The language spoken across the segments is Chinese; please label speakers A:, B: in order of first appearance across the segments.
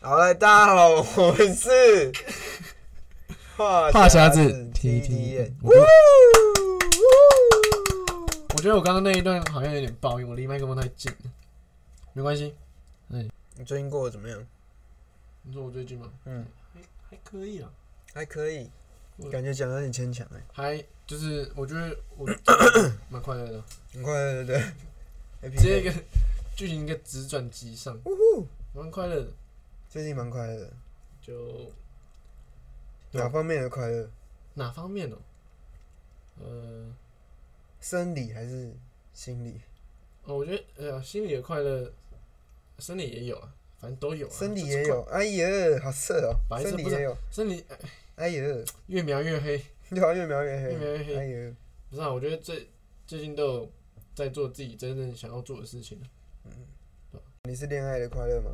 A: 好了，大家好，我们 是画
B: 画匣子
A: 子
B: T
A: T
B: T
A: N
B: 眼
A: 呜呜
B: 我觉得我刚刚那一段好像有点抱怨，我离麦克风太近了。没关系，
A: 你最近过得怎么样？
B: 你说我最近吗？
A: 嗯，
B: 还可以啊，
A: 还可以
B: 我，
A: 感觉讲的很牵强哎，
B: 还就是我觉得我 蛮快乐的，
A: 很快乐对不对，
B: 直接一个剧情一个直转直上，
A: 哎呜呼，
B: 蛮快乐的。
A: 最近蛮快乐的，
B: 就对
A: 哪方面的快乐？
B: 哪方面哦？呃，
A: 生理还是心理？
B: 哦我觉得哎呀，心里的快乐，生理也有啊，反正都有啊。
A: 生理
B: 就是
A: 也
B: 快，
A: 有，哎呀，好色哦，
B: 白色
A: 生理
B: 不是
A: 也有，
B: 生理哎
A: 哎呀，
B: 越描越黑，
A: 越描越描越
B: 越
A: 黑，
B: 描越黑。
A: 哎呀，
B: 不是啊，我觉得最最近都有在做自己真正想要做的事情啊
A: 你是恋爱的快乐吗？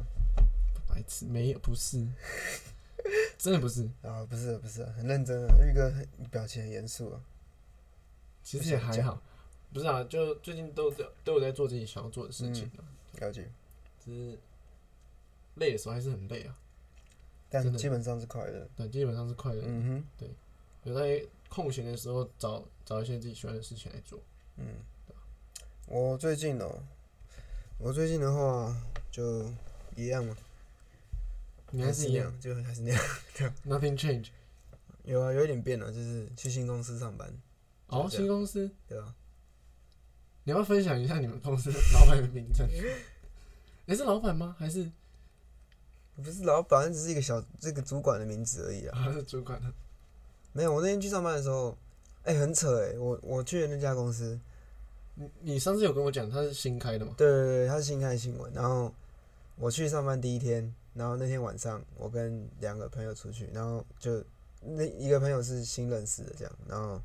B: 白痴，没有，不是， 真的不是。
A: 啊，不是不是，很认真啊，玉哥很表情很严肃啊。
B: 其实也还好，不是啊，就最近都有都有在做自己想要做的事情啊，
A: 了解，
B: 只是累的时候还是很累啊。真
A: 但
B: 的
A: 基本上是快乐。
B: 但基本上是快乐，
A: 嗯
B: 有在空闲的时候找找一些自己喜欢的事情来做。
A: 哼，嗯，我最近哦，我最近的话就一样嘛，
B: 你还是
A: 是
B: 一
A: 那
B: 样
A: 样，就还是那样。
B: ，nothing change。
A: 有啊，有一点变了，就是去新公司上班，就这
B: 哦，
A: 样
B: 新公司，
A: 对啊吧？
B: 你要不要分享一下你们公司老板的名 称？你是老板吗？还是
A: 不是老板，只是一个小这个主管的名字而已啊。
B: 还是主管呢？
A: 没有，我那天去上班的时候，哎、很扯哎、我我去的那家公司，
B: 你你上次有跟我讲他是新开的吗？
A: 对对对，他是新开的新闻。然后我去上班第一天，然后那天晚上我跟两个朋友出去，然后就那一个朋友是新认识的这样，然后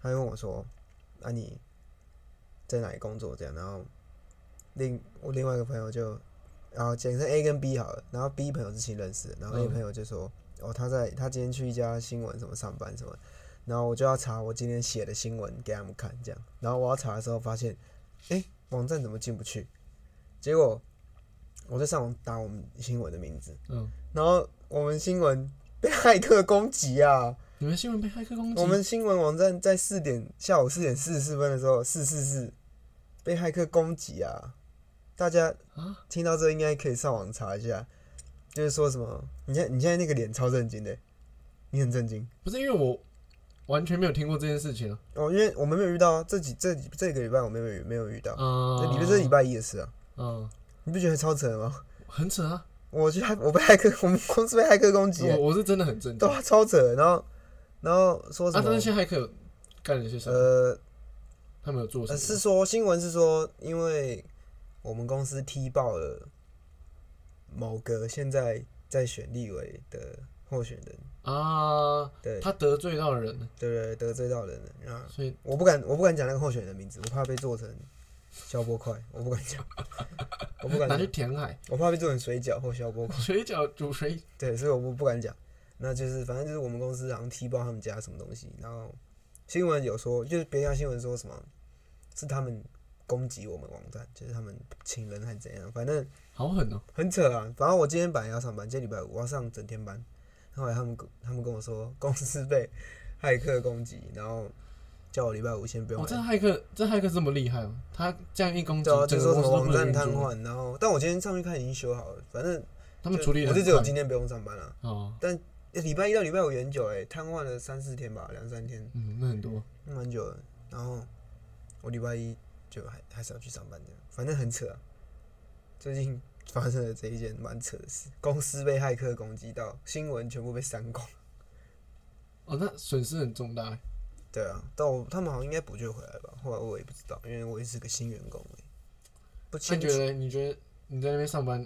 A: 他就问我说：“啊你在哪里工作？”这样，然后另我另外一个朋友就，然后简称 A 跟 B 好了，然后 B 朋友是新认识的，然后 A
B: 嗯
A: 朋友就说：“哦，他在他今天去一家新闻什么上班什么。”然后我就要查我今天写的新闻给他们看，这样。然后我要查的时候发现，哎、网站怎么进不去？结果我在上网打我们新闻的名字，
B: 嗯，
A: 然后我们新闻被骇客攻击啊！
B: 你们新闻被骇客攻击？
A: 我们新闻网站在四点下午四点四十四分的时候，四四四被骇客攻击啊！大家
B: 啊，
A: 听到这应该可以上网查一下，就是说什么？你看你现在那个脸超震惊的，你很震惊。
B: 不是因为我完全没有听过这件事情啊。
A: 哦，因为我们没有遇到啊，这几这几这个礼拜我们没有遇没有遇到，
B: 啊
A: 哦那礼拜这礼拜一也是啊，
B: 嗯，
A: 你不觉得超扯的吗？
B: 很扯啊！
A: 我去骇我被骇客，我们公司被骇客攻击
B: 我
A: 欸，
B: 我是真的很震惊
A: 对
B: 啊！
A: 啊，超扯的。然后然后说什
B: 但
A: 么？
B: 是现在骇客有干了些什么？
A: 呃
B: 他们有做什
A: 呃，
B: 么？
A: 是说新闻是说，因为我们公司踢爆了某个现在在选立委的候选人，
B: 啊，
A: 对
B: 他得罪到人了，
A: 对对，得罪到人了啊！
B: 所以
A: 我不敢，我不敢讲那个候选人的名字，我怕被做成消波块，我不敢讲，我不敢
B: 拿去
A: 讲，
B: 填海，
A: 我怕被做成水饺或消波块，
B: 水饺煮水
A: 对，所以我不不敢讲。那就是反正就是我们公司好像踢爆他们家什么东西，然后新闻有说，就是别家新闻说什么是他们攻击我们网站，就是他们请人还是怎样，反正
B: 好狠哦！
A: 很扯啊。反正我今天本来要上班，今天礼拜五我要上整天班，后来他们跟他们跟我说公司被骇客攻击，然后叫我礼拜五先不用
B: 我
A: 来
B: 哦这骇客，这骇客这么厉害哦！他这样一攻击
A: 对啊，，就
B: 整
A: 说
B: 个
A: 什么网
B: 公司都不能
A: 站
B: 运
A: 瘫
B: 作。
A: 痪，然后但我今天上去看已经修好了，反正
B: 他们
A: 就
B: 处理
A: 我
B: 的
A: 就只有今天不用上班了、
B: 哦，
A: 但礼拜一到礼拜五也很久哎、瘫痪了三四天吧，两三天，
B: 嗯，那很多
A: 蛮久的。然后我礼拜一就还还是要去上班这样，反正很扯啊。最近发生了这一件蛮扯的事，公司被骇客攻击到，新闻全部被删光。
B: 哦，那损失很重大欸。
A: 对啊，但我他们好像应该补救回来吧？后来我也不知道，因为我也是个新员工而已不
B: 那
A: 清
B: 你
A: 楚
B: 觉。得你觉得你在那边上班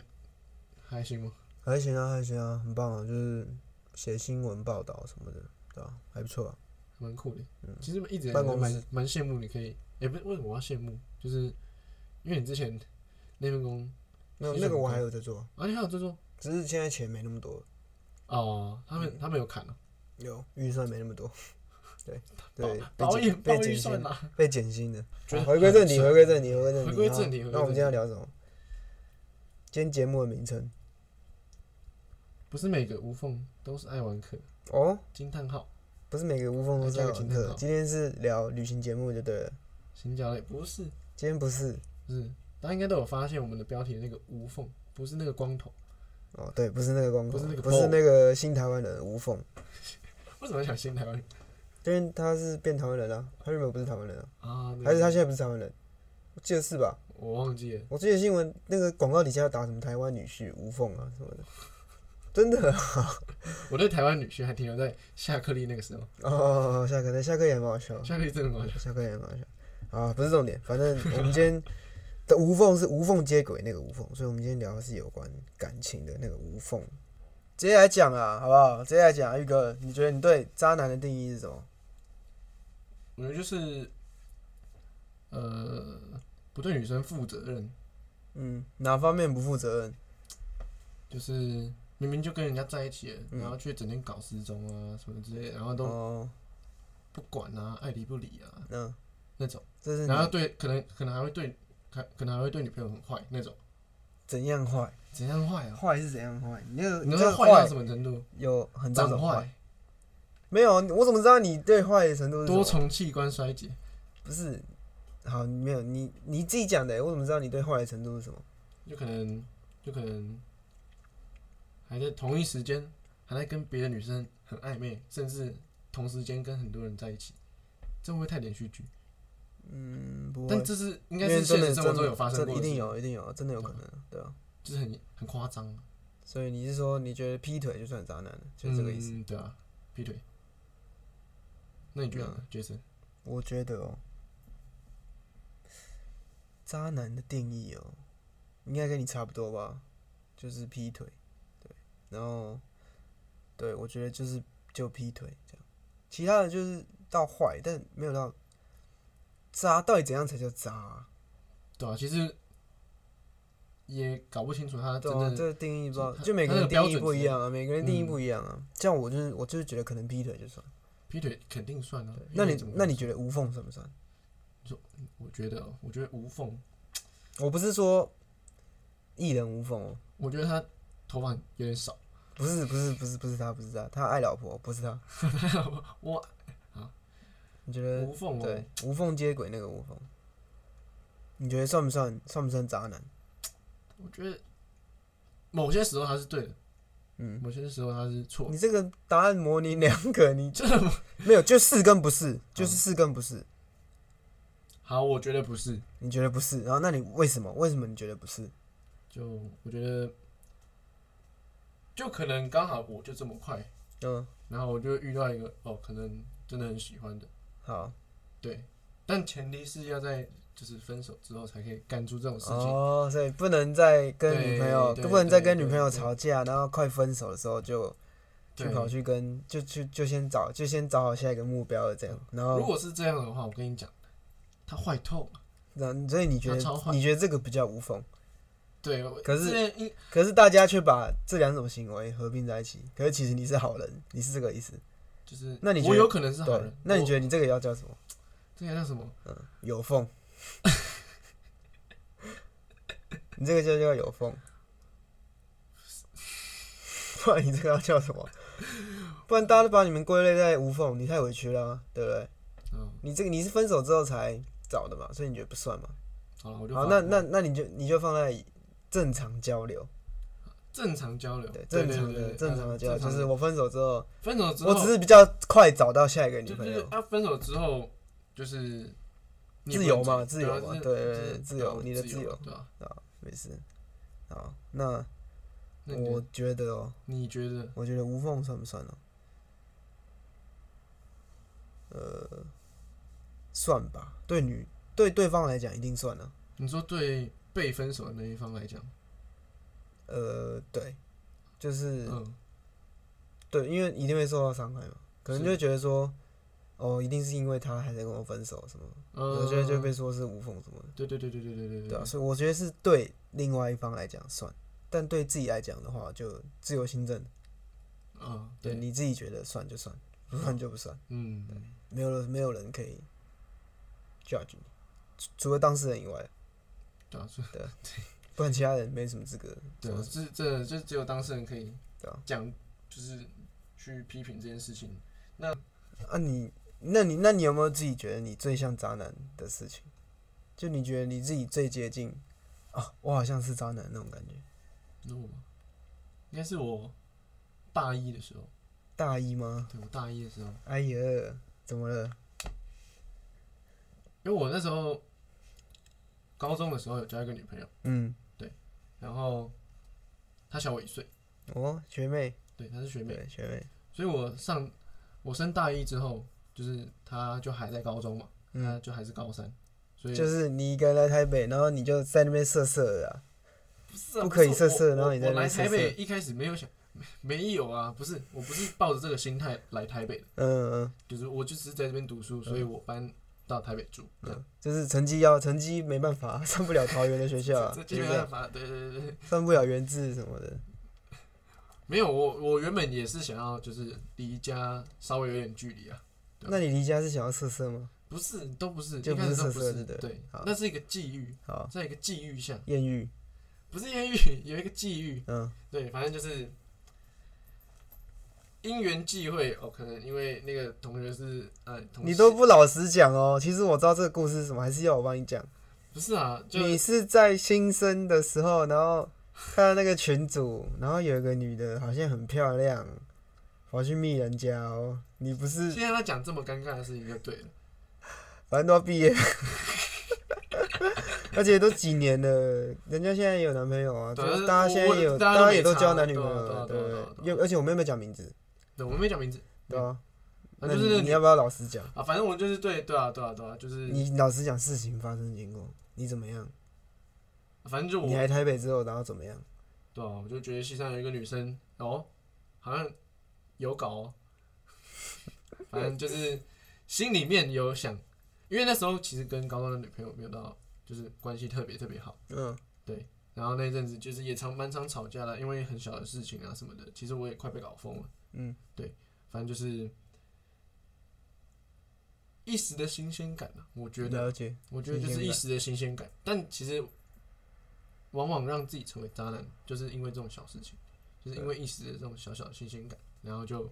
B: 还行吗？
A: 还行啊，还行啊，很棒啊，就是写新闻报道什么的，对吧、还不错啊。
B: 蛮酷的
A: 嗯。
B: 其实一直以来
A: 办公
B: 都蛮
A: 室
B: 蛮羡慕你可以，也不是为什么我要羡慕，就是因为你之前那份工，
A: 没有
B: 其实
A: 那个
B: 很
A: 我
B: 棒
A: 还有在做，
B: 啊，你还有这种
A: 只是现在钱没那么多，
B: 哦，他
A: 嗯
B: 们他们有砍了，
A: 有预算没那么多。 对对，被
B: 导演
A: 减被
B: 报预
A: 减
B: 算
A: 薪，
B: 啦。
A: 被减薪 的。
B: 觉得
A: 好回归正题，
B: 很
A: 回归正题，回归正题。
B: 回归
A: 好
B: 正题回归
A: 那我们今天要
B: 正
A: 聊什么？今天节目的名称
B: 不是每个无缝都是爱玩客。
A: 哦，
B: 惊叹号，
A: 不是每个无缝都是爱
B: 还加
A: 玩
B: 哎个惊叹
A: 客
B: 号。
A: 今天是聊旅行节目就对了，
B: 行脚类不是，
A: 今天不是
B: 不是，大家应该都有发现我们的标题的那个无缝，不是那个光头。
A: 哦，对，不是那个光头，
B: 不是那个
A: 不是
B: Paul
A: 那个新台湾人无缝，
B: 为什么想新台湾
A: 因为他是变台湾人啊，他原本不是台湾人啊，
B: 啊？那个
A: 还是他现在不是台湾人？我记得是吧？
B: 我忘记了，
A: 我记得新闻那个广告底下要打什么台湾女婿无缝啊什么的，真的啊！
B: 我对台湾女婿还停留在夏克立那个时候，
A: 哦，下课的下课也蛮好笑，
B: 夏克立真的很搞笑。
A: 下课也蛮好笑啊，不是重点，反正我们今天的无缝是无缝接轨那个无缝，所以我们今天聊的是有关感情的那个无缝。直接来讲啊，好不好？直接来讲啊，玉哥，你觉得你对渣男的定义是什么？
B: 我觉得就是，呃，不对女生负责任，
A: 嗯，哪方面不负责任？
B: 就是明明就跟人家在一起了，
A: 嗯
B: 然后却整天搞失踪啊什么之类的，然后都
A: 哦，
B: 不管啊，爱理不理啊
A: 嗯，
B: 那种，
A: 这是
B: 然后
A: 你
B: 对可能可能还会对，可可能还会对女朋友很坏那种，
A: 怎样坏？
B: 怎样坏啊？
A: 坏是怎样坏？你那个
B: 你
A: 这
B: 知道
A: 个
B: 坏到什么程度？
A: 有很多
B: 长
A: 种坏。
B: 坏，
A: 没有，我怎么知道你对坏的程度是什么
B: 多重器官衰竭，
A: 不是，好，没有你你自己讲的，我怎么知道你对坏的程度是什么？
B: 有可能有可能还在同一时间还在跟别的女生很暧昧，甚至同时间跟很多人在一起，这会不会太连续剧？
A: 嗯，不会
B: 但，这是
A: 应
B: 应该是现实生活中有发生过的
A: 一
B: 事，
A: 定有，一定有，真的有可能，对啊。
B: 就是很很夸张，啊
A: 所以你是说你觉得劈腿就算渣男了，就是这个意思？
B: 嗯，对啊，劈腿。那你觉得呢，Jason？
A: 嗯我觉得哦，渣男的定义哦，应该跟你差不多吧，就是劈腿，对，然后，对我觉得就是就劈腿这样，其他的就是到坏，但没有到渣，到底怎样才叫渣、啊？
B: 对啊，其实也搞不清楚他
A: 对
B: 真
A: 啊，
B: 的
A: 这个定义不知道，
B: 他
A: 就每个
B: 他那
A: 人
B: 个
A: 定
B: 标
A: 义
B: 准
A: 不
B: 是
A: 一样啊，每个人定义
B: 嗯
A: 不一样啊。像我就是我就是觉得可能劈腿就算，
B: 劈腿肯定算啊
A: 对。那
B: 因为
A: 你
B: 怎么
A: 那你
B: 会
A: 觉得无缝算不算？
B: 我觉得哦，我觉得无缝，
A: 我不是说一人无缝哦，
B: 我觉得他头发有点少。
A: 不是不是不是不是他不是他，他爱老婆不是他。
B: 我
A: 你觉得
B: 无缝
A: 对
B: 哦，
A: 无缝接轨那个无缝，你觉得算不算算不算渣男？
B: 我觉得某些时候他是对的，
A: 嗯，
B: 某些时候他是错
A: 你
B: 的。
A: 这个答案模棱两可，你
B: 这么
A: 没有就是跟不是，就是
B: 嗯
A: 是跟不是。
B: 好，我觉得不是。
A: 你觉得不是，然后那你为什么？为什么你觉得不是？
B: 就我觉得，就可能刚好我就这么快，
A: 嗯，
B: 然后我就遇到一个哦，可能真的很喜欢的，
A: 好。
B: 对，但前提是要在就是分手之后才可以干出这种事情，
A: 哦，所以不能再跟女朋友，
B: 对对
A: 不能再跟
B: 对
A: 女朋友
B: 对
A: 吵架，然后快分手的时候就
B: 对
A: 就跑去跟，就去就先找，就先找好下一个目标了这样。然后
B: 嗯如果是这样的话，我跟你讲，他坏透了。
A: 那所以你觉
B: 他超
A: 得
B: 坏
A: 你觉得这个不叫无缝，
B: 对，我
A: 可是
B: 之前因
A: 可是大家却把这两种行为合并在一起。可是其实你是好人，你是这个意思。
B: 就是
A: 那你觉
B: 我
A: 得
B: 有可能是好
A: 对
B: 人，，
A: 那你
B: 我
A: 觉得你这个要叫什么？
B: 这个叫什么？
A: 嗯，有缝。 你这个就叫有缝。 不然你这个要叫什么？不然大家都把你们归类在无缝，你太委屈了啊、对不对？
B: 嗯，
A: 你这个你是分手之后才找的嘛，所以你觉得不算嘛？
B: 好了，我就
A: 好，
B: 放
A: 那
B: 过
A: 那那你就你就放在正常交流，
B: 正常交流，
A: 对，
B: 对
A: 正常的
B: 对对呃
A: 正常的交流，就是
B: 的
A: 我分手之后，
B: 分手之后，
A: 我只是比较快找到下一个女
B: 就
A: 朋
B: 就是
A: 友，
B: 他分手之后就是你也
A: 自
B: 不
A: 由
B: 能
A: 嘛
B: 走
A: 自由
B: 啊
A: 嘛
B: 就是
A: 对
B: 就是
A: 对自
B: 对啊
A: 由你的自由
B: 对啊。
A: 没事。好，那
B: 那你
A: 我觉得哦、
B: 你觉得
A: 我觉得无缝算不算呢、呃，算吧，对女对对方来讲一定算了、啊
B: 你说对被分手的那一方来讲，
A: 呃，对，就是、
B: 嗯，
A: 对，因为一定会受到伤害嘛，可能
B: 是
A: 就会觉得说，哦，一定是因为他还在跟我分手什么，
B: 呃
A: 我觉得就被说是无缝什么的。
B: 对对对对对对对
A: 对啊，所以我觉得是对另外一方来讲算，但对自己来讲的话，就自由新政，
B: 啊，
A: 对
B: 对，
A: 你自己觉得算就算，不算就不算，
B: 嗯，
A: 没有人没有人可以 judge 你，除除了当事人以外，
B: 对啊，所以
A: 对啊不然其他人没什么资格
B: 对
A: 说，
B: 这这就只有当事人可以
A: 啊对啊
B: 讲，就是去批评这件事情。
A: 啊你，那你那你有没有自己觉得你最像渣男的事情？就你觉得你自己最接近啊，我好像是渣男那种感觉。
B: 你说我吗？应该是我大一的时候，
A: 大一吗？
B: 对我大一的时候，
A: 哎呀，怎么了？
B: 因为我那时候高中的时候有交一个女朋友，
A: 嗯，
B: 然后她小我一岁，
A: 哦，学妹，
B: 对，她是学妹，
A: 对，学妹，
B: 所以我上我升大一之后，就是她就还在高中嘛，她
A: 嗯，
B: 就还是高三，所以
A: 就是你一个人来台北，然后你就在那边瑟瑟的啊，
B: 不是啊
A: 不可以
B: 是
A: 色
B: 我
A: 色
B: 我
A: 然后你在
B: 我
A: 那
B: 来
A: 边色
B: 台北一开始没有想没有啊，不是我不是抱着这个心态来台北的，
A: 嗯嗯
B: 就是我就只是在这边读书，所以我搬到台北住，这样
A: 嗯，就是成绩要成绩没办法上不了桃园的学校啊
B: 这，这
A: 就是
B: 没
A: 这
B: 办
A: 样
B: 法，对对对对，
A: 上不了原字什么的，
B: 没有我我原本也是想要就是离家稍微有点距离啊，对啊
A: 那你离家是想要瑟瑟吗？
B: 不是都不是，
A: 就
B: 一
A: 不
B: 开始
A: 是
B: 都
A: 色
B: 不
A: 色
B: 是，
A: 的对
B: 对
A: 好，
B: 那是一个际遇，
A: 好，
B: 在一个际遇下，
A: 艳遇，
B: 不是艳遇， 有一个际遇，
A: 嗯
B: 对，反正就是因缘际会哦，可能因为那个同学是呃，同
A: 你
B: 系
A: 都不老实讲哦。其实我知道这个故事是什么，还是要我帮你讲。
B: 不是啊，就
A: 你是在新生的时候，然后看到那个群主，然后有一个女的好像很漂亮，跑去密人家哦。你不是
B: 现在他讲这么尴尬的事情就对了，
A: 反正都要毕业， 而且都几年了，人家现在也有男朋友啊，就
B: 对啊
A: 大家
B: 我
A: 现在也有，
B: 我
A: 大
B: 大家都
A: 也都
B: 没差
A: 交男女朋友
B: 对啊
A: 了，
B: 对啊对啊
A: 对
B: 对啊，对
A: 又而且我妹妹讲名字，
B: 对，我没讲名字
A: 对啊，
B: 啊，
A: 那
B: 就
A: 你
B: 是
A: 你要不要老实讲？
B: 啊，反正我就是对对啊对啊对啊，就是
A: 你老实讲事情发生经过，你怎么样？
B: 反正就我
A: 你来台北之后，然后怎么样？
B: 对啊，我就觉得系上有一个女生哦，好像有搞哦，反正就是心里面有想，因为那时候其实跟高中的女朋友没有到就是关系特别特别好。
A: 嗯，
B: 然后那阵子就是也常蛮常吵架了，因为很小的事情啊什么的，其实我也快被搞疯了。
A: 嗯，
B: 对，反正就是一时的新鲜感啊，我觉得，
A: 了解，
B: 我觉得就是
A: 新鲜
B: 一
A: 感
B: 时的新鲜感，但其实往往让自己成为渣男，就是因为这种小事情，就是因为一时的这种小小的新鲜感，然后就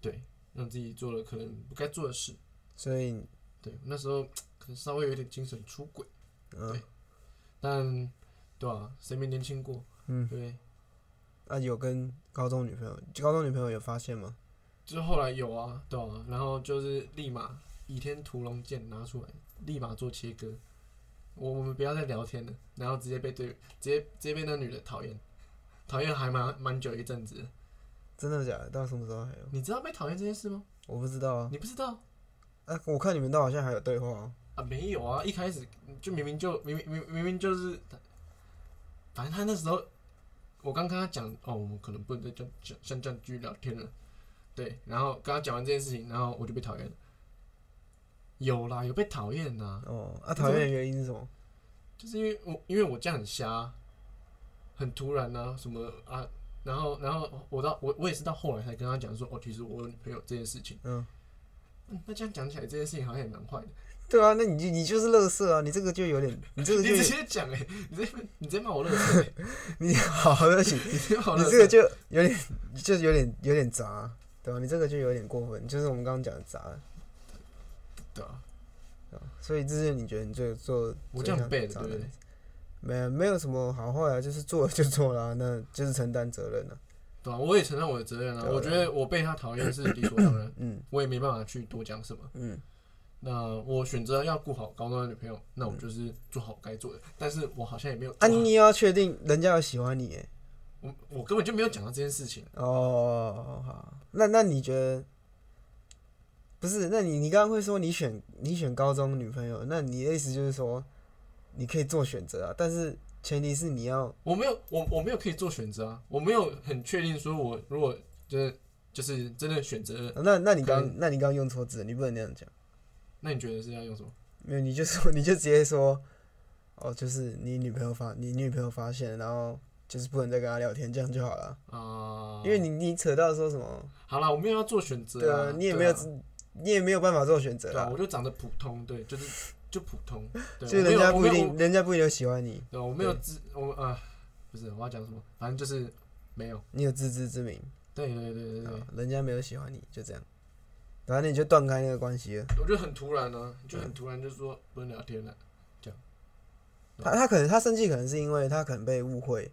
B: 对让自己做了可能不该做的事。
A: 所以
B: 对，那时候可能稍微有一点精神出轨。
A: 嗯
B: 对但对啊，谁没年轻过？
A: 嗯，
B: 对，
A: 那、啊有跟高中女朋友，高中女朋友有发现吗？
B: 就是后来有啊，对啊，然后就是立马倚天屠龙剑拿出来，立马做切割。我我们不要再聊天了，然后直接被对，直接直接被那女的讨厌，讨厌还蛮蛮久一阵子的。
A: 真的假的？到什么时候还有？
B: 你知道被讨厌这件事吗？
A: 我不知道啊。
B: 你不知道
A: 啊，我看你们都好像还有对话、哦。
B: 啊？没有啊，一开始就明明就明明明明明就是，反正他那时候，我刚跟他讲哦，我们可能不能再这样像像这样继续聊天了，对，然后跟他讲完这件事情，然后我就被讨厌了。有啦，有被讨厌呐、
A: 哦，啊，讨厌的原因是什么？
B: 就是因为我因为我这样很瞎，很突然啊，什么啊，然后然后我到我我也是到后来才跟他讲说，哦，其实我有女朋友这件事情。
A: 嗯，
B: 嗯，那这样讲起来，这件事情好像也蛮坏的。
A: 对啊，那你就你就是乐色啊，你这个就有 点，你这
B: 你
A: 个就
B: 直接讲哎、你直接你直接骂我乐色、欸，
A: 你好对不起，
B: 你 直接骂我
A: 你
B: 乐色。
A: 这个就有点， 就是有点有点杂、对吧、你这个就有点过分，就是我们刚刚讲的杂、
B: 对啊，
A: 对吧所以这是你觉得你最做
B: 我
A: 最
B: 这样
A: 像
B: 背的，
A: 渣
B: 对不
A: 男
B: 对？
A: 没有没有什么好坏啊，就是做了就做了啊、那就是承担责任了、
B: 对啊，我也承认我的责任啊。
A: 对啊
B: 我觉得我被他讨厌是理所当然，
A: 嗯
B: 我也没办法去多讲什么。
A: 嗯，
B: 那我选择要顾好高中的女朋友，那我就是做好该做的。但是我好像也没有
A: 嗯啊，
B: 做好
A: 你也要确定人家有喜欢你耶。
B: 我我根本就没有讲到这件事情。
A: 哦，好，那那你觉得不是？那你你刚刚会说你选你选高中女朋友，那你的意思就是说你可以做选择啊，但是前提是你要
B: 我没有，我我没有可以做选择啊，我没有很确定说我如果就是就是真的选择了，
A: 那那你
B: 可以
A: 刚那你刚刚用错字了，你不能那样讲，
B: 那你觉得是要用什么？
A: 没有你就说 你就直接说哦，就是你女朋友发你女朋友发现了，然后就是不能再跟她聊天，这样就好了，
B: 啊、
A: 因为你你扯到说什么，
B: 好啦，我没有要做选择、
A: 对
B: 啊
A: 啊，，你也没有
B: 对啊
A: 自、你也没有办法做选择
B: 对啊，
A: 啊
B: 我，就长得普通，对，就是就普通，对，
A: 所以
B: 我没
A: 人
B: 有
A: 家
B: 我
A: 不
B: 没
A: 一
B: 有
A: 定，人家不一定有喜欢你，
B: 对，我没有
A: 对
B: 自我呃，不是我要讲什么，反正就是没有。
A: 你有自知之明
B: 对对对对
A: 啊
B: 对，，
A: 人家没有喜欢你，就这样，反正你就断开那个关系了。
B: 我觉得很突然呢、就很突然就说不能聊天了，
A: 他他可能他生气，可能是因为他可能被误会，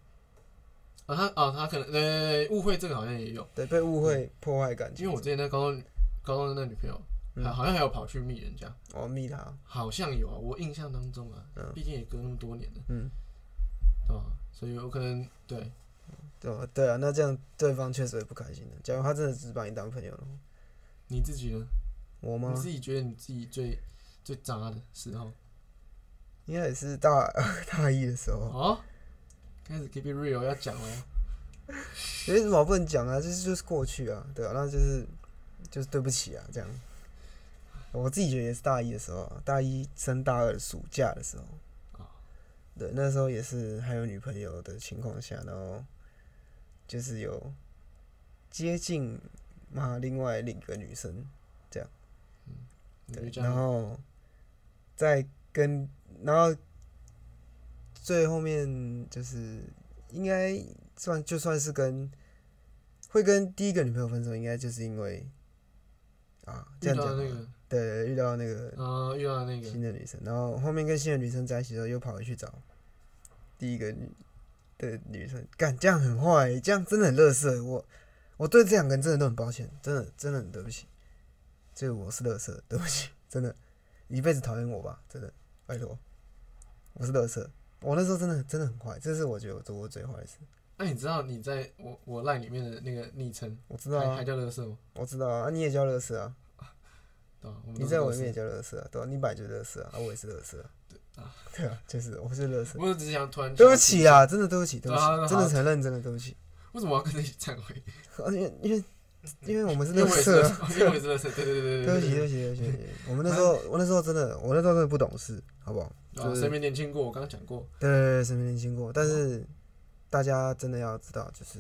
B: 啊他啊他可能呃误会这个好像也有，
A: 对，被误会破坏感
B: 因
A: 情
B: 为。我之前那高中高中的那女朋友，
A: 嗯
B: 还好像还有跑去密人家，
A: 我密他，
B: 好像有啊，我印象当中啊
A: 嗯，
B: 毕竟也隔那么多年了，
A: 嗯，
B: 对吧？所以有可能对，
A: 对吧？对啊，那这样对方确实会不开心的。假如他真的只把你当朋友了，
B: 你自己呢？
A: 我
B: 你
A: 吗？
B: 自己觉得你自己最最渣的时候
A: 应该也是大 大一的时候，
B: 哦，开始 keep it real 要讲了，
A: 有什么不能讲啊？就是就是过去啊，对啊，那就是就是对不起啊，这样。我自己觉得也是大一的时候啊，大一升大二暑假的时候
B: 哦，
A: 对，那时候也是还有女朋友的情况下，然后就是有接近嘛另外一个女生，
B: 你觉
A: 对
B: 得，这
A: 然
B: 样
A: 后再跟，然后最后面就是应该算就算是跟会跟第一个女朋友分手，应该就是因为啊这
B: 遇
A: 样
B: 到
A: 讲好
B: 那
A: 了，
B: 个
A: 对，遇到那个
B: 啊遇到那个
A: 新的女生，然后后面跟新的女生在一起之后，又跑回去找第一个女的女生，干这样很坏、这样真的很乐色。我我对这两个人真的都很抱歉，真的真的很对不起，这个我是乐色，对不起，真的，你一辈子讨厌我吧，真的，拜托，我是乐色。我那时候真的真的很坏，这是我觉得我做过最坏的事。
B: 那、你知道你在我我赖里面的那个昵称
A: 我知道
B: 还
A: 啊
B: 还，叫乐色吗？
A: 我知道啊，啊你也叫乐色啊，
B: 对吧？们都
A: 你
B: 是
A: 在我
B: 垃圾
A: 里面也叫乐色啊，对啊，你本来就乐色啊，啊我也是乐色啊
B: 啊，
A: 对啊，就是我是乐色。
B: 我只是想突然
A: 对不
B: 想
A: 起啊，真的对不起，对不
B: 对啊那
A: 起，
B: 好
A: 真的承认，真的对不起。
B: 为什么我要跟你忏悔？
A: 因为因为因为我们是
B: 因为
A: 乐
B: 我也是
A: 色
B: 乐
A: 啊，
B: 色，因 为我也是乐色，对对对
A: 对不起，
B: 对
A: 对不起，对不起。对不起
B: 嗯
A: 我们那时候，我那时候真的，我那时候真的不懂事，好不好？
B: 对。啊，身边年轻过，我刚刚讲过，
A: 对对对，身边年轻过，但是大家真的要知道，就是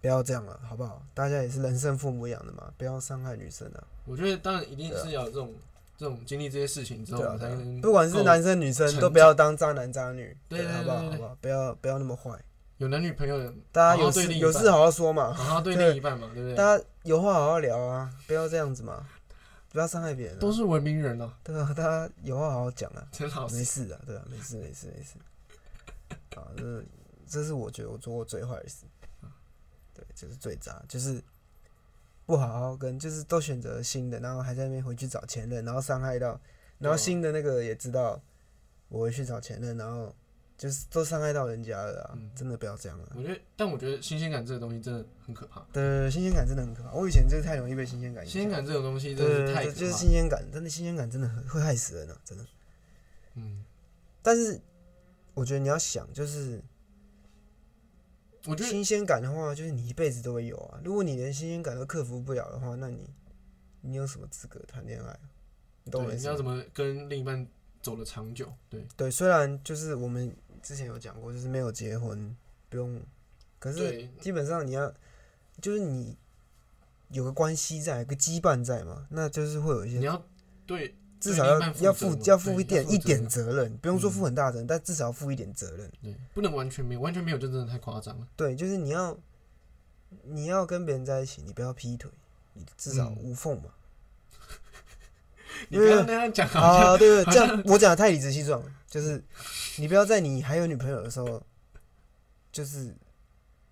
A: 不要这样了，好不好？大家也是人生父母养的嘛，不要伤害女生啊。
B: 我觉得当然一定
A: 对啊
B: 是要有这种这种经历这些事情之后，
A: 对
B: 我
A: 啊
B: 们，才
A: 对啊
B: 能
A: 不管是
B: 够
A: 男生女生，
B: 成
A: 都不要当渣男渣女，
B: 对对
A: 好不好？
B: 对对
A: 好不好？不要不要那么坏，
B: 有男女朋友的，
A: 大
B: 好
A: 家
B: 好
A: 有
B: 对
A: 事
B: 另一
A: 有
B: 半
A: 事好好说嘛。
B: 好好对
A: 对
B: 另一半嘛，对不对？
A: 大家有话好好聊啊，不要这样子嘛，不要伤害别人、
B: 都
A: 啊。
B: 是文明人了，
A: 对啊，大家有话好好讲啊，
B: 陈老
A: 没
B: 师，
A: 事啊，对啊，没事没事没事。 啊，这这是我觉得我做过最坏的事，啊对，就是最渣，就是不好好跟，就是都选择新的，然后还在那边回去找前任，然后伤害到，
B: 啊
A: 然后新的那个也知道我回去找前任，然后就是都伤害到人家了啊，
B: 嗯
A: 真的不要这样啊。
B: 我觉得，但我觉得新鲜感这个东西真的很可怕，
A: 对对，对新鲜感真的很可怕，我以前就是太容易被新鲜感影响。
B: 新鲜感这种东西真的
A: 哎对，
B: 是太
A: 这
B: 可
A: 就是
B: 怕
A: 新
B: 了，
A: 鲜感，真的新鲜感真的很会害死人啊，真的。
B: 嗯，
A: 但是我觉得你要想，就是
B: 我觉得
A: 啊新鲜感的话，就是你一辈子都会有啊。如果你连新鲜感都克服不了的话，那你你有什么资格谈恋爱啊？你懂我
B: 对，
A: 意
B: 你
A: 思
B: 要怎
A: 吗？
B: 么跟另一半走得长久？对，
A: 对，虽然就是我们之前有讲过，就是没有结婚不用，可是
B: 对，
A: 基本上你要就是你有个关系在，有个羁绊在嘛，那就是会有一些
B: 你要对
A: 至少
B: 对另
A: 要
B: 一半负
A: 要
B: 责
A: 负
B: 嘛
A: 要负
B: 对
A: 一点
B: 要负
A: 一
B: 责
A: 点责任，不用说
B: 嗯
A: 负很大责任，但至少要负一点责任。
B: 对，不能完全没有，完全没有就真的太夸张了。
A: 对，就是你要你要跟别人在一起，你不要劈腿，你至少
B: 嗯
A: 无缝嘛。
B: 你
A: 没
B: 刚
A: 有
B: 刚那样讲好像
A: 啊，对对，
B: 好
A: 这样我讲的太理直气壮了，就是你不要在你还有女朋友的时候，就是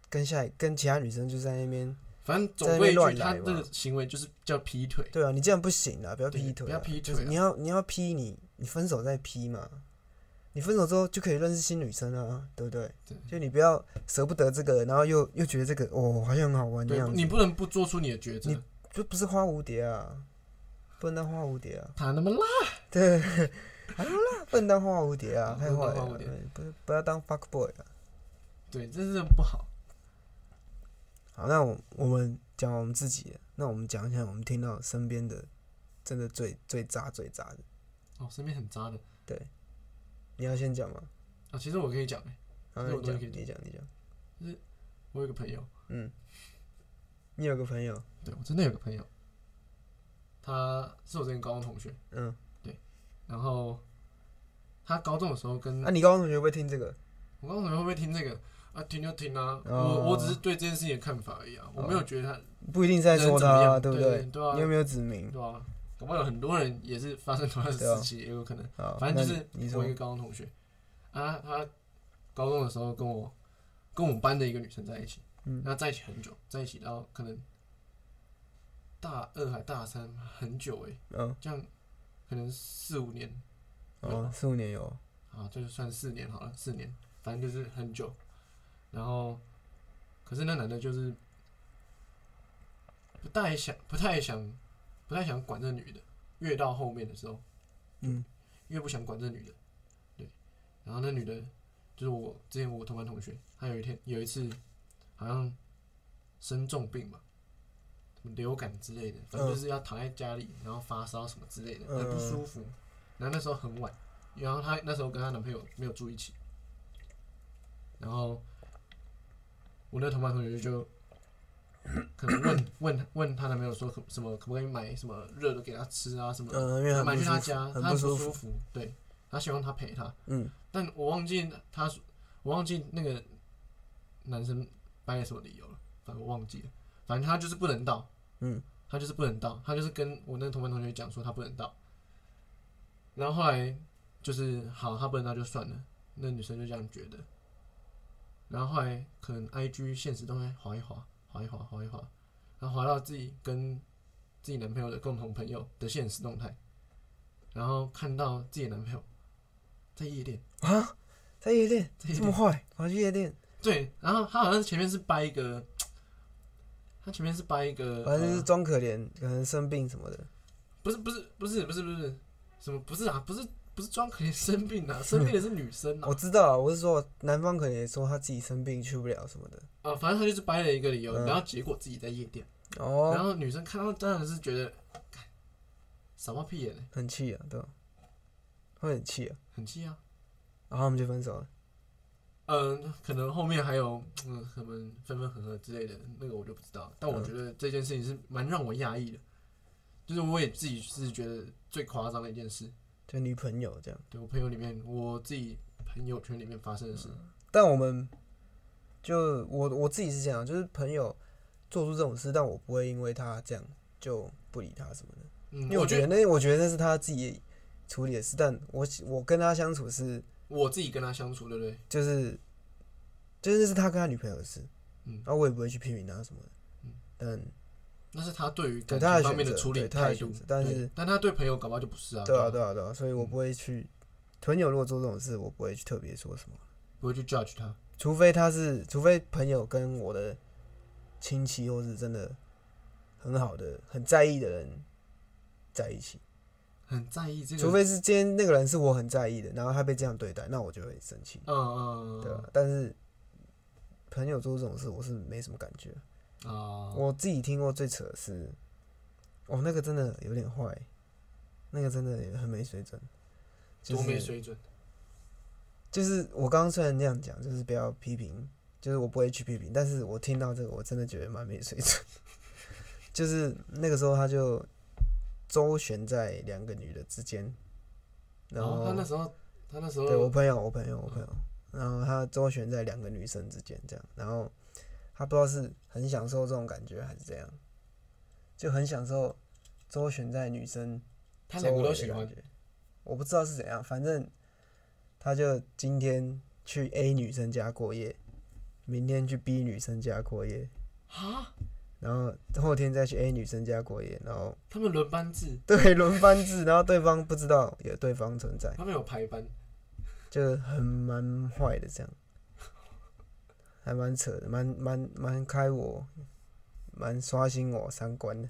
A: 跟下一跟其他女生就在那边，
B: 反正
A: 在
B: 总
A: 那
B: 归
A: 边
B: 一
A: 乱
B: 句，
A: 来
B: 他
A: 嘛
B: 这个行为就是叫劈腿。
A: 对啊，你这样不行啊，不要
B: 对
A: 劈腿啊，
B: 不要劈
A: 就
B: 腿
A: 是
B: 啊
A: 你要你要劈你，你分手再劈嘛。你分手之后就可以认识新女生啊，对不对？
B: 对
A: 就你不要舍不得这个，然后又又觉得这个哦好像很好玩的
B: 对，
A: 样
B: 不
A: 子。
B: 你不能不做出你的抉择
A: 你，就不是花蝴蝶啊，不能当花蝴蝶啊，
B: 他那么烂，
A: 对，好啦，不能当花蝴蝶啊，
B: 啊
A: 太坏
B: 不能当花
A: 了
B: 蝴蝶，
A: 不不要当 fuck boy 啊。
B: 对，这真的不好。
A: 好，那我我们讲完我们自己的，那我们讲一下我们听到身边的真的最最渣最渣的，
B: 哦，身边很渣的
A: 你要先讲吗？
B: 啊，其实我可以讲欸，
A: 好，
B: 那
A: 你
B: 我
A: 讲，
B: 可以
A: 你讲，你讲。
B: 我有个朋友，
A: 嗯，你有个朋友，
B: 对我真的有个朋友，他是我之前高中同学，
A: 嗯，
B: 然后他高中的时候跟
A: 啊，你高中同学会不会听这个？
B: 我刚才会不会听这个啊？听就听啊，
A: 哦
B: 我我只是对这件事情的看法而已啊，我没有觉得他
A: 不一定是在
B: 人
A: 说
B: 怎么
A: 他，
B: 样，
A: 对不
B: 对？
A: 对？
B: 对啊
A: 你，有没有指名？
B: 对啊，搞不好有很多人也是发生同样的
A: 对啊
B: 事情，也有可能。
A: 好，
B: 反正就
A: 那
B: 是
A: 你你
B: 我
A: 说
B: 一个高中同学，啊，他高中的时候跟我跟我们班的一个女生在一起，
A: 嗯
B: 那在一起很久，在一起到可能大二还大三，很久哎、
A: 嗯
B: 这样可能四五年
A: 哦，四五年有
B: 啊，这就算四年好了，四年，反正就是很久。然后，可是那男的就是不太想、不太想、不太想管这女的，越到后面的时候，
A: 嗯，
B: 越不想管这女的，对。然后那女的，就是我之前我同班同学，她有一天有一次好像生重病吧，什么流感之类的，反正就是要躺在家里，然后发烧什么之类的，很不舒服。然后那时候很晚，然后她那时候跟她男朋友没有住一起，然后我那同班同学就可能问 问问她男朋友说可什么可不可以买什么热的给她吃啊什么的，
A: 嗯，因为很
B: 买
A: 不
B: 去
A: 舒
B: 她
A: 服，
B: 家，
A: 很
B: 她
A: 不
B: 不
A: 舒
B: 舒
A: 服，
B: 服，对，她希望她陪她，
A: 嗯，
B: 但我忘记她说，我忘记那个男生掰了什么理由了，反正我忘记了，反正他就是不能到，
A: 嗯，
B: 他就是不能到，他就是跟我那个同班同学讲说他不能到，然后后来就是好，他不能到就算了，那女生就这样觉得，然后后来可能 I G 现实动态划一划，划一划，划一划，然后划到自己跟自己男朋友的共同朋友的现实动态，然后看到自己的男朋友在夜店，
A: 啊，在夜 店
B: 在夜
A: 这么坏，跑去夜店，
B: 对，然后他好像前面是掰一个，他前面是掰一个，
A: 反正就
B: 呃
A: 是装可怜，可能生病什么的。
B: 不是不是不是不是不是什么不是啊，不是不是装可怜生病 啊，生病的是女生啊
A: 我，知道啊，我是说男方可能也说他自己生病去不了什么的。
B: 啊，反正他就是掰了一个理由，
A: 嗯
B: 然后结果自己在夜店，然
A: 哦，
B: 后女生看到当然是觉得，干傻冒屁眼嘞，
A: 很气啊，对吧？会很气啊，
B: 很气啊，
A: 然后他们就分手了。
B: 嗯，可能后面还有嗯什么分分合合之类的，那个我就不知道。但我
A: 嗯
B: 觉得这件事情是蛮让我讶异的，就是我也自己是觉得最夸张的一件事。
A: 就女朋友这样，
B: 对我朋友里面，我自己朋友圈里面发生的事，
A: 但我们就我我自己是这样，就是朋友做出这种事，但我不会因为他这样就不理他什么的，
B: 嗯
A: 因，为我
B: 我
A: 觉
B: 觉
A: 得
B: 得
A: 那我觉得那是他自己处理的事，但我我跟他相处是
B: 我自己跟他相处，对不对？
A: 就是就是是他跟他女朋友的事，
B: 嗯
A: 然后我也不会去批评他什么的，
B: 嗯
A: 但
B: 那是他对于
A: 对
B: 感
A: 他的
B: 情
A: 选
B: 方面
A: 择，
B: 处理
A: 对他的
B: 态
A: 选
B: 度
A: 择，，但
B: 对
A: 是
B: 但他对朋友搞不好就不是啊，
A: 对啊嗯
B: 吧
A: 对啊对啊，所以我不会去朋友如果做这种事，我不会去特别说什么，
B: 不会去 judge 他，
A: 除非他是除非朋友跟我的亲戚或是真的很好的很在意的人在一起，
B: 很在意这个，
A: 除非是今天那个人是我很在意的，然后他被这样对待，那我就会生气，
B: 嗯嗯嗯
A: 对啊，但是朋友做这种事，我是没什么感觉。
B: 嗯啊，
A: 我自己听过最扯的是，哦，那个真的有点坏，那个真的也很没水准，就
B: 多
A: 是
B: 没水准，
A: 就是我刚刚虽然那样讲，就是不要批评，就是我不会去批评，但是我听到这个，我真的觉得蛮没水准。 就是那个时候，他就周旋在两个女的之间，然
B: 然
A: 后、
B: 后哦他那时候他那时
A: 对我
B: 候
A: 朋友，我朋友，我朋友，然后他周旋在两个女生之间这样，然后他不知道是很享受这种感觉还是怎样，就很享受周旋在女生
B: 他
A: 周
B: 两个
A: 围
B: 都
A: 的
B: 喜
A: 感
B: 欢，
A: 觉，我不知道是怎样，反正他就今天去 A 女生家过夜，明天去 B 女生家过夜，
B: 啊，
A: 然后后天再去 A 女生家过夜，然后
B: 他们轮班制，
A: 对 轮班制，然后对方不知道有对方存在。
B: 他们有排班，
A: 就是很蛮坏的这样，还蛮扯的，蛮蛮蛮开我，蛮刷新我三观的，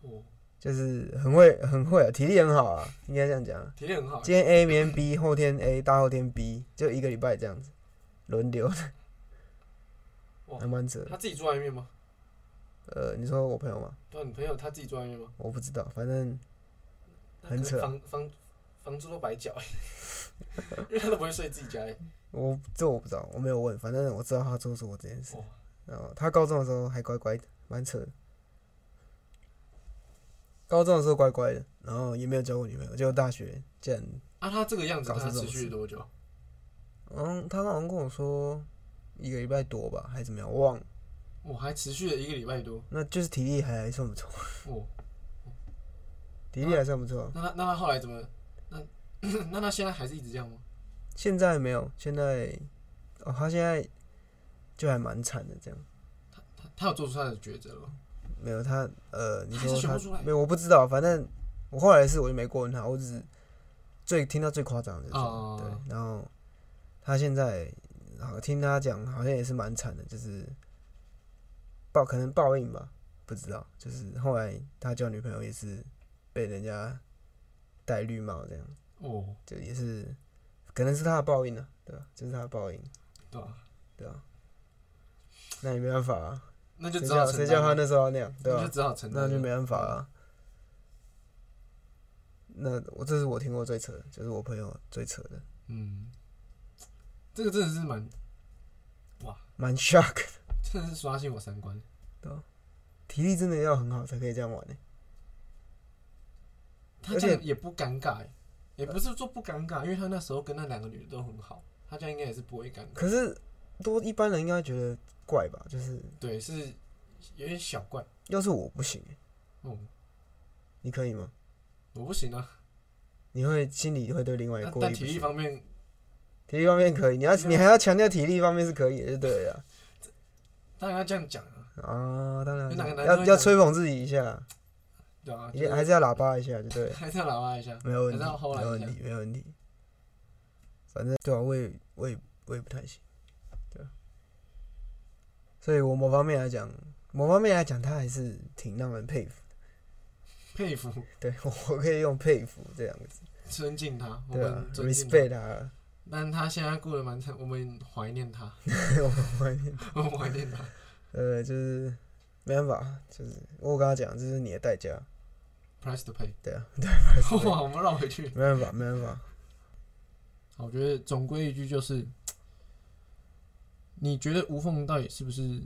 B: 哦，
A: 就是很会很会啊，体力很好啊，应该这样讲啊。
B: 体力很好欸，
A: 今天 A，明天 B，后天 A，大后天 B，就一个礼拜这样子轮流的，
B: 哇
A: 还蛮扯的。
B: 他自己住外面吗？
A: 呃，你说我朋友吗？
B: 对啊，你朋友他自己住外面吗？
A: 我不知道，反正
B: 那
A: 很
B: 可能
A: 扯
B: 房房房租都白缴 欸，因为他都不会睡自己家欸，
A: 我这我不知道，我没有问，反正我知道他做出我这件事
B: 哇。
A: 然后他高中的时候还乖乖的，蛮扯的。高中的时候乖乖的，然后也没有交过女朋友，结果大学竟然，
B: 啊，他这个样子
A: 搞
B: 他
A: 这种
B: 持续
A: 事
B: 了多久？
A: 嗯，他好像跟我说一个礼拜多吧，还是怎么样，我忘了。
B: 我哦还持续了一个礼拜多，
A: 那就是体力还算不错，
B: 哦，
A: 体力还算不错。
B: 那他那他后来怎么？那 那他现在还是一直这样吗？
A: 现在没有，现在哦，他现在就还蛮惨的，这样
B: 他他有做出他的抉择了吗？
A: 没有他呃，你
B: 还
A: 说
B: 是选
A: 他
B: 不出来
A: 没有，我不知道，反正我后来的事我就没过问他，我只是最听到最夸张的就是、
B: 哦
A: 对，然后他现在好听他讲好像也是蛮惨的，就是报可能报应吧，不知道，就是后来他交女朋友也是被人家戴绿帽这样，
B: 哦，
A: 就也是可能是他的报应啊，对吧？这、是他的报应。
B: 对啊，
A: 对啊，那也没办法啊，
B: 那就
A: 谁
B: 只好
A: 叫
B: 承
A: 谁
B: 担
A: 叫他
B: 了，
A: 那时候要那样，对吧、
B: 那就只好承担
A: 那
B: 了，嗯
A: 就没办法啊。那我这是我听过最扯的，就是我朋友最扯的，
B: 嗯，这个真的是蛮，
A: 蛮 shock 的。
B: 真的是刷新我三观。
A: 体力真的要很好才可以这样玩呢、
B: 他
A: 而
B: 这
A: 且
B: 样也不尴尬欸，也不是说不尴尬，因为他那时候跟那两个女的都很好，他这样应该也是不会尴尬。
A: 可是多一般人应该觉得怪吧？就是
B: 对，是有点小怪。
A: 要是我不行、
B: 哦，
A: 你可以吗？
B: 我不行啊，
A: 你会心里会对另外一个
B: 但
A: 过
B: 但
A: 意
B: 体
A: 不
B: 力
A: 去。
B: 方面
A: 体力方面可以，你要
B: 体力
A: 你还要强调体力方面是可以的，就对了
B: 当然要这样讲啊，
A: 啊。啊，当
B: 有
A: 然
B: 哪个男生
A: 要
B: 会
A: 要
B: 讲
A: 吹捧自己一下，
B: 对啊，
A: 也
B: 就
A: 还是要喇叭一下，就对了。
B: 还是要喇叭一下。
A: 没有问题，
B: 还是要后来
A: 没有问
B: 一下
A: 题，没有问题。反正对啊，我也我也我也不太行，对啊。所以我某方面来讲，某方面来讲，他还是挺让人佩服。
B: 佩服、
A: 对 我可以用佩服这两个字，
B: 尊敬他，我
A: 对啊
B: 们尊敬他。
A: ，respect 他，啊
B: 但他现在过得蛮惨，我们怀念他，
A: 我怀念。
B: 我们怀念他。
A: 呃，就是没办法，就是我跟他讲，这是你的代价，
B: Price to pay，
A: 对啊， 对，还是
B: 哇，我们绕回去。
A: 没办法，没办法。
B: 好我觉得总归一句就是，你觉得无缝到底是不是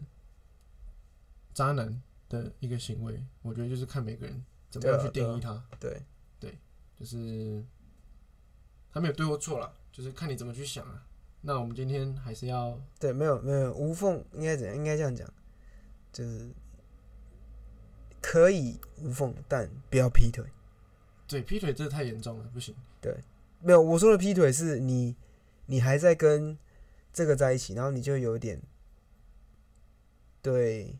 B: 渣男的一个行为？我觉得就是看每个人怎么样去
A: 对啊
B: 定义它，
A: 对，
B: 就是他没有对或错啦，就是看你怎么去想啊。那我们今天还是要
A: 对，没有没有无缝，应该怎样？应该这样讲，就是可以无缝，但不要劈腿。
B: 对劈腿，这太严重了，不行。
A: 没有，我说的劈腿是你，你还在跟这个在一起，然后你就有点，对，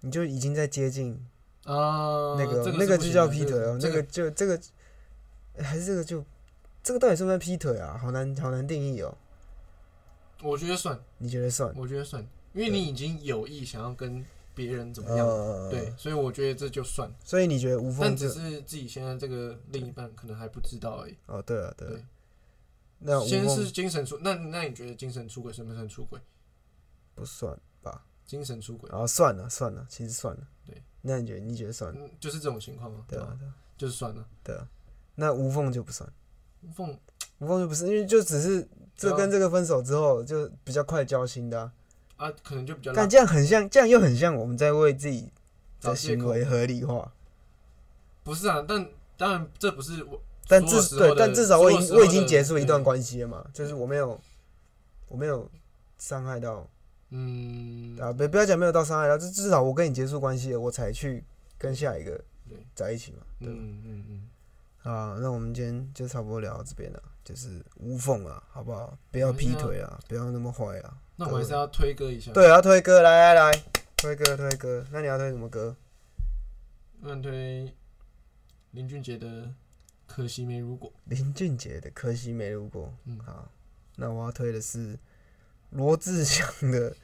A: 你就已经在接近
B: 啊、
A: 那个、
B: 这
A: 那
B: 个
A: 个
B: 是不
A: 就
B: 行
A: 叫
B: 的
A: 劈
B: 这
A: 腿哦，
B: 这
A: 那个就这个还是这个就这个到底算不算劈腿啊？好难好难定义哦，
B: 我觉得算，
A: 你觉得算？
B: 我觉得算，因
A: 对
B: 为你已经有意想要跟别人怎么样，
A: 呃，
B: 对，，所以我觉得这就算。
A: 所以你觉得无
B: 但
A: 缝
B: 只
A: 这
B: 是自己现在这个另一半可能还不知道而已。
A: 哦，对了对了
B: 对，
A: 那无
B: 先
A: 缝
B: 是精神出，那那你觉得精神出轨算不算出轨？
A: 不算吧？
B: 精神出轨，
A: 然后算了算了，其实算了。
B: 对，
A: 那你觉得你觉得算了？
B: 嗯，就是这种情况嘛，
A: 对
B: 对
A: 啊
B: 吧？
A: 对啊
B: 就是算了，
A: 对啊，那无缝就不算，
B: 无缝
A: 无缝就不是，因为就只是
B: 对
A: 这
B: 啊
A: 跟这个分手之后就比较快交心的、啊。
B: 啊，可能就比较
A: 但
B: 烂，
A: 这样很像，这样又很像我们在为自己
B: 找
A: 的
B: 借
A: 行
B: 口。
A: 为合理化。
B: 嗯不是啊，但当然这不是我，
A: 但
B: 所有时
A: 至
B: 候的
A: 对，但至少我已
B: 所
A: 经
B: 有时候
A: 我
B: 的嗯
A: 已经结束一段
B: 对
A: 关系了嘛，就是我没有我没有伤害到
B: 嗯，
A: 啊，不不要讲没有到伤害到，就至少我跟你结束关系了，我才去跟下一个
B: 对，
A: 在一起嘛，对吧？
B: 嗯嗯嗯，
A: 啊，那我们今天就差不多聊到这边了，就是无缝啊，好不好？不要劈腿啊，不要那么坏啊。
B: 那我们还是要推歌一下，，
A: 对，要推歌，来来来，推歌推歌。那你要推什么歌？
B: 那推林俊杰的《可惜没如果》。
A: 林俊杰的《可惜没如果》。
B: 嗯
A: 好，那我要推的是罗志祥的《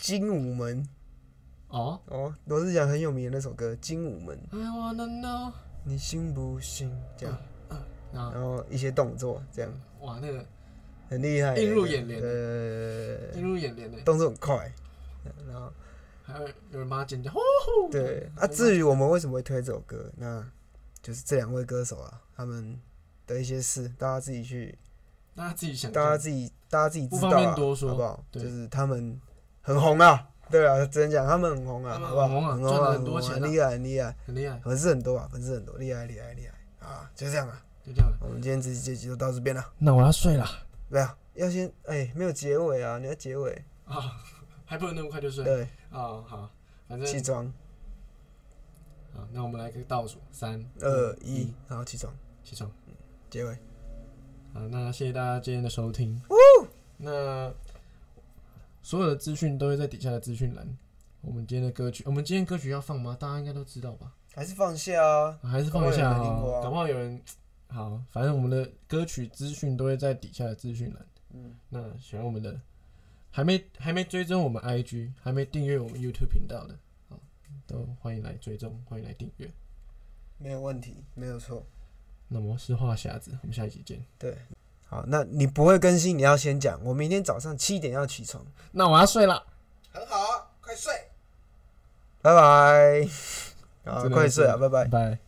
A: 精武门》
B: 哦
A: 哦，罗志祥很有名的那首歌《精武门》，
B: ，I wanna know，
A: 你信不信？这样，
B: 然后
A: 然后一些动作，这样
B: 哇，那个
A: 很厉害，
B: 映入眼帘
A: 呃，
B: 映入眼帘呢，
A: 动作很快，嗯然后。
B: 还有有人帮他尖叫，呼
A: 哦
B: 呼
A: 对啊，至于我们为什么会推这首歌，那就是这两位歌手啊，他们的一些事，大家自己去，
B: 大家自己想象，
A: 大家自己，大家自己知道、
B: 不方
A: 啊，
B: 便多说
A: 好不好？
B: 对
A: 就是他们很红啊，对啊，只能讲他们很红啊，
B: 他们
A: 好不好？
B: 很红啊
A: 很红
B: 赚了
A: 啊，
B: 很多
A: 红啊
B: 钱啊
A: 厉害，很厉害，
B: 很厉害，
A: 粉丝很多啊，粉丝很多，厉害，厉害，厉害啊！就这样啊，
B: 就这样了。
A: 我们今天这期这集就到这边了。
B: 那我要睡了
A: 没有，要先哎，没有结尾啊，你要结尾，
B: 啊， 还不能那么快就睡啊、
A: 对，
B: 哦好，反
A: 起
B: 正
A: 床，
B: 啊，那我们来个倒数，三
A: 二
B: 嗯
A: 一，，然后起床，
B: 起床。
A: 结尾。
B: 啊，那谢谢大家今天的收听。那所有的资讯都会在底下的资讯栏。我们今天的歌曲，我们今天歌曲要放吗？大家应该都知道吧？
A: 还是放下啊，
B: 啊还是放一下
A: 搞不好有人听过
B: 哈，
A: 啊
B: 搞不好有人。好，反正我们的歌曲资讯都会在底下的资讯栏。
A: 嗯，
B: 那喜欢我们的，还没还没追踪我们 IG，还没订阅我们 YouTube 频道的，好，都欢迎来追踪，欢迎来订阅。
A: 没有问题，没有错。
B: 那么是话匣子，我们下一集见。
A: 对，好，那你不会更新，你要先讲。我明天早上七点要起床，
B: 那我要睡了。
A: 很好、啊，快睡，拜拜。啊，
B: 真的
A: 快睡啊，
B: 是
A: 拜拜
B: 拜。拜。